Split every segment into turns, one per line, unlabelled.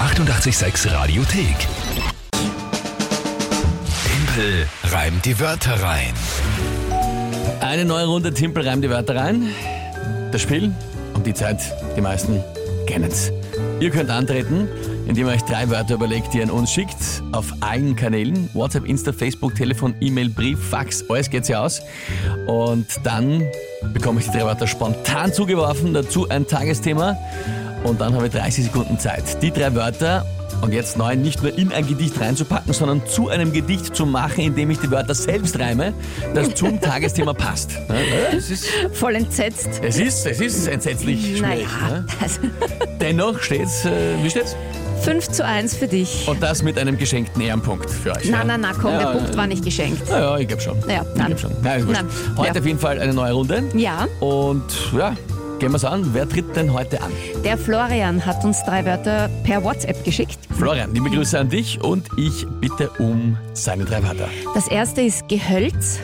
886 Radiothek. Tempel reimt die Wörter rein.
Eine neue Runde Timpel reimt die Wörter rein. Das Spiel und die Zeit, die meisten kennen's. Ihr könnt antreten, indem ihr euch drei Wörter überlegt, die ihr an uns schickt. Auf allen Kanälen. WhatsApp, Insta, Facebook, Telefon, E-Mail, Brief, Fax, alles geht's ja aus. Und dann bekomme ich die drei Wörter spontan zugeworfen, dazu ein Tagesthema. Und dann habe ich 30 Sekunden Zeit, die drei Wörter und jetzt neu nicht nur in ein Gedicht reinzupacken, sondern zu einem Gedicht zu machen, indem ich die Wörter selbst reime, das zum Tagesthema passt. Ja, Es ist,
Voll entsetzt. also
es ist, es ist entsetzlich schwierig.
Naja,
ne?
das,
Dennoch steht's, äh, wie steht's?
5 zu 1 für dich.
Und das mit einem geschenkten Ehrenpunkt für euch.
Na,
ja.
na, na, komm,
Ja, äh.
der Punkt war nicht geschenkt.
Na ja, ich glaube schon.
Ja,
ich
nein.
glaub schon. Nein, ist gut.
Nein,
Heute
ja.
auf jeden Fall eine neue Runde.
Ja,
Und ja, gehen wir's an. Wer tritt denn heute an?
der Florian hat uns drei Wörter per WhatsApp geschickt.
Florian, liebe Grüße an dich und ich bitte um seine drei Wörter.
Das erste ist Gehölz.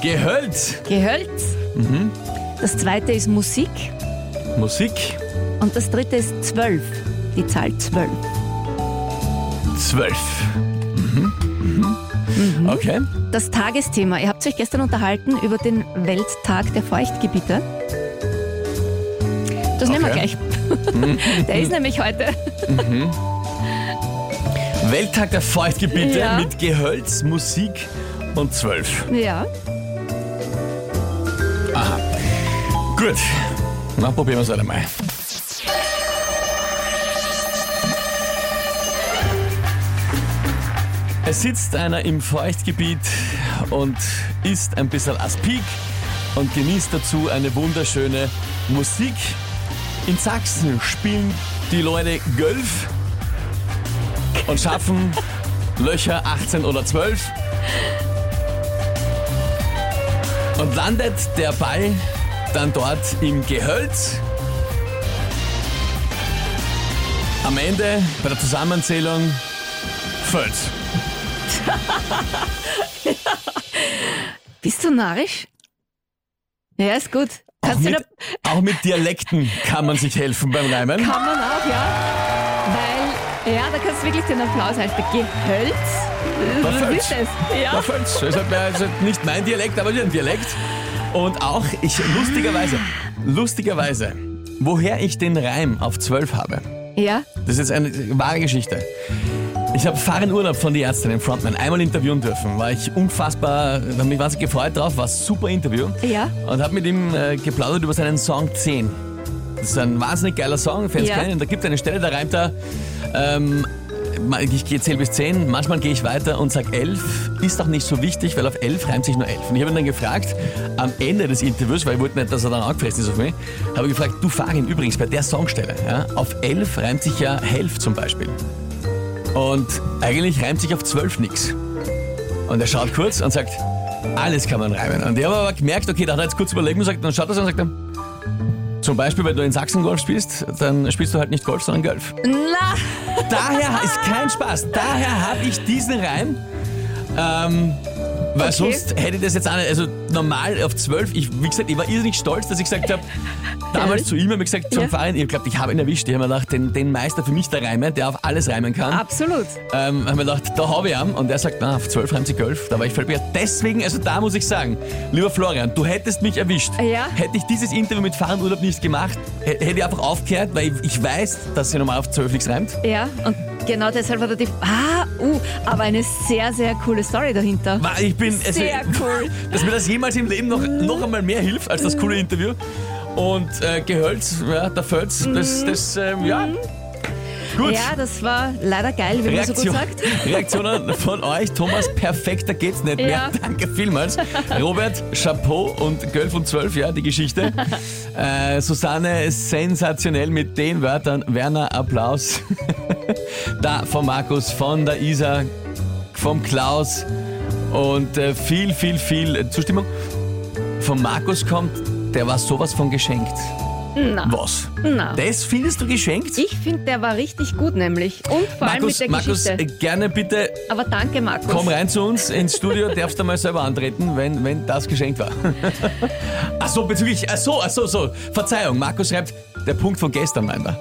Gehölz,
Gehölz.
Mhm.
Das zweite ist Musik.
Musik
Und das dritte ist zwölf. Die Zahl zwölf.
12. Mhm. Mhm. Okay.
Das Tagesthema. Ihr habt euch gestern unterhalten über den Welttag der Feuchtgebiete. Das nehmen wir
Okay. Mhm.
gleich. der ist nämlich heute.
Welttag der Feuchtgebiete
Ja.
mit Gehölz, Musik und 12.
Ja.
Gut. Na, probieren wir es alle mal. Es sitzt einer im Feuchtgebiet und isst ein bisschen Aspik und genießt dazu eine wunderschöne Musik. In Sachsen spielen die Leute Gölf und schaffen Löcher 18 oder 12. Und landet der Ball dann dort im Gehölz. Am Ende bei der Zusammenzählung Völz.
Bist du narrisch? Ja, ist gut.
Auch
Kannst du
mit,
Also da,
auch mit Dialekten kann man sich helfen beim Reimen.
kann man auch, ja. Weil, ja, da kannst du wirklich den Applaus einspielen. Gehölz?
Na,
Was
Völz.
ist das? Ja.
Ja, Völz. Das ist halt mehr- ist halt nicht mein Dialekt, aber ein Dialekt. Und auch, ich, lustigerweise, lustigerweise, woher ich den Reim auf 12 habe,
Ja.
Das ist jetzt eine wahre Geschichte. Ich habe fahren Urlaub von die Ärztin im Frontman einmal interviewen dürfen. War ich unfassbar, habe mich wahnsinnig gefreut drauf, war ein super Interview.
Ja.
Und habe mit ihm äh, geplaudert über seinen Song 10. Das ist ein wahnsinnig geiler Song, Fans
Ja.
kennen. ihn. Da gibt es eine Stelle, da reimt er, ähm, ich gehe 10 bis 10, manchmal gehe ich weiter und sage 11. Ist auch nicht so wichtig, weil auf 11 reimt sich nur 11. Und ich habe ihn dann gefragt, am Ende des Interviews, weil ich wollte nicht, dass er dann angefressen ist auf mich, habe ich gefragt, du Farin, übrigens bei der Songstelle, ja, auf 11 reimt sich ja Helf zum Beispiel. Und eigentlich reimt sich auf 12 nichts. Und er schaut kurz und sagt, alles kann man reimen. Und ich habe aber gemerkt, okay, da hat er jetzt kurz überlegen müssen, dann schaut er so und sagt dann, zum Beispiel, wenn du in Sachsen Golf spielst, dann spielst du halt nicht Golf, sondern Golf.
Na,
Daher ist kein Spaß. Daher habe ich diesen Reim. Ähm, weil
Okay.
sonst hätte ich das jetzt auch nicht, also normal auf 12, ich, wie gesagt, ich war irrsinnig stolz, dass ich gesagt habe, damals zu ihm habe ich gesagt, zum
Ja.
Verein, ich glaube, ich habe ihn erwischt, ich habe mir gedacht, den, den Meister für mich der Reime, der auf alles reimen kann
absolut.
ähm, haben wir gedacht, da habe ich ihn. Und er sagt, na, auf 12 haben sie 12. Da war ich völlig begeistert. Deswegen, also da muss ich sagen, lieber Florian, du hättest mich erwischt.
Ja.
Hätte ich dieses Interview mit Fahren Urlaub nicht gemacht, hä- hätte ich einfach aufgehört, weil ich, ich weiß, dass sie normal auf 12 nichts reimt.
Ja, und genau deshalb hat er die. Ah, uh, aber eine sehr, sehr coole Story dahinter.
Weil Ich bin, also,
Sehr cool. Mhm.
Dass mir das jemals im Leben noch, noch einmal mehr hilft als das coole Interview. Und äh, Gehölz, ja, der Fölz, das, das ähm, ja. Gut.
Mhm. Ja, das war leider geil, wie man so gut
Reaktion,
sagt.
Reaktionen von euch. Thomas, perfekter geht's nicht mehr.
Ja.
Danke vielmals. Robert, Chapeau und Golf und 12, ja, die Geschichte. Äh, Susanne, sensationell mit den Wörtern. Werner, Applaus. da von Markus, von der Isa, vom Klaus und äh, viel, viel, viel Zustimmung. Von Markus kommt, der war sowas von geschenkt.
Na,
Was?
na.
Das findest du geschenkt?
Ich finde, der war richtig gut, nämlich. Und vor allem
Markus,
mit der
Markus, äh,
Geschichte.
gerne bitte
Aber danke, Markus.
Komm rein zu uns ins Studio, darfst du mal selber antreten, wenn, wenn das geschenkt war. Ach so, bezüglich, ach so, ach so, so. Verzeihung, Markus schreibt, der Punkt von gestern meint er.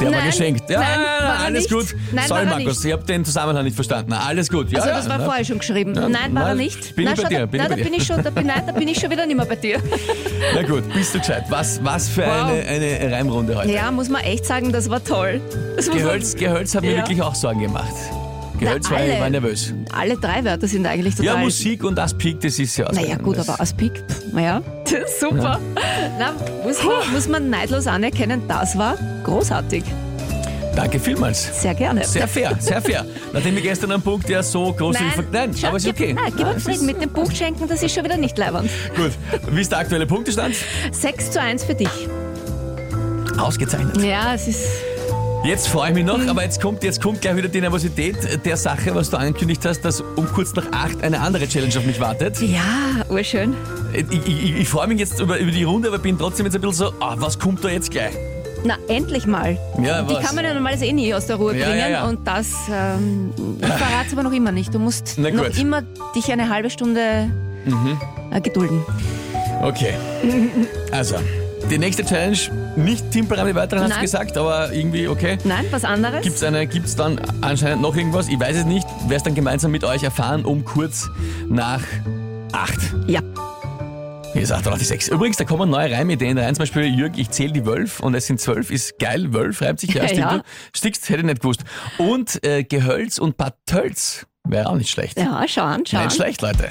Der war
Nein,
geschenkt. Ja,
nein,
nein, nein,
war er
alles
nicht.
gut.
Nein,
Sorry,
war er
Markus,
nicht.
ich habe den Zusammenhang nicht verstanden. Na, alles gut. Ja,
Also
ja,
das war
na.
vorher schon geschrieben.
Ja,
nein, war er
nein,
nicht.
bin ich
nein,
bei
schau,
dir,
da-
bin ich bei
nein, da
dir.
bin ich schon, da bin, nein, da bin ich schon wieder nicht mehr bei dir.
Na gut, bist du gescheit. Was, was für
Wow.
eine, eine Reimrunde heute.
Ja, muss man echt sagen, das war toll. Das muss man-
Gehölz, Gehölz hat mir
Ja.
wirklich auch Sorgen gemacht. Gehölz war,
alle.
war nervös.
Alle drei Wörter sind eigentlich total.
Ja, Musik und das Peak, das ist ja
Naja,
ausgegangen.
gut,
Das-
aber aus Pick, naja, super. Na, muss, man, muss man neidlos anerkennen, das war großartig.
Danke vielmals.
Sehr gerne.
Sehr fair, sehr fair. Nachdem wir gestern einen Punkt, der so groß
nein,
Ver- Nein,
schau,
aber ist
gib,
okay.
Nein, gib
Nein,
uns
es
Frieden
ist-
mit dem Buch schenken, das ist schon wieder nicht leibernd.
Gut, wie ist der aktuelle Punktestand?
6 zu 1 für dich.
Ausgezeichnet.
Ja, es ist.
Jetzt freue ich mich noch, aber jetzt kommt, jetzt kommt gleich wieder die Nervosität der Sache, was du angekündigt hast, dass um kurz nach acht eine andere Challenge auf mich wartet.
Ja, urschön.
Ich, ich, ich, ich freue mich jetzt über, über die Runde, aber bin trotzdem jetzt ein bisschen so, ah, was kommt da jetzt gleich?
Na, endlich mal.
Ja,
Die
was?
kann man ja normalerweise eh nie aus der Ruhe
Ja,
bringen.
ja, ja.
Und das, ähm, ich verrate es aber noch immer nicht. Du musst
Na
noch
gut. Mhm.
immer dich eine halbe Stunde äh, gedulden.
Okay. Also, die nächste Challenge, nicht Teamparade weiter, hast du
Nein.
gesagt, aber irgendwie okay.
Nein, was anderes?
Gibt's eine, gibt's dann anscheinend noch irgendwas? Ich weiß es nicht. Werde es dann gemeinsam mit euch erfahren um kurz nach acht.
Ja.
Hier ist 886. Übrigens, da kommen neue Reimideen rein. Zum Beispiel, Jürg, ich zähle die Wölf und es sind zwölf. Ist geil, Wölf reibt sich ja.
Ja,
Stimmt,
ja.
du? Stickst, hätte ich nicht gewusst. Und äh, Gehölz und Patölz wäre auch nicht schlecht.
Ja, schau an, schau an.
Nicht schlecht, Leute.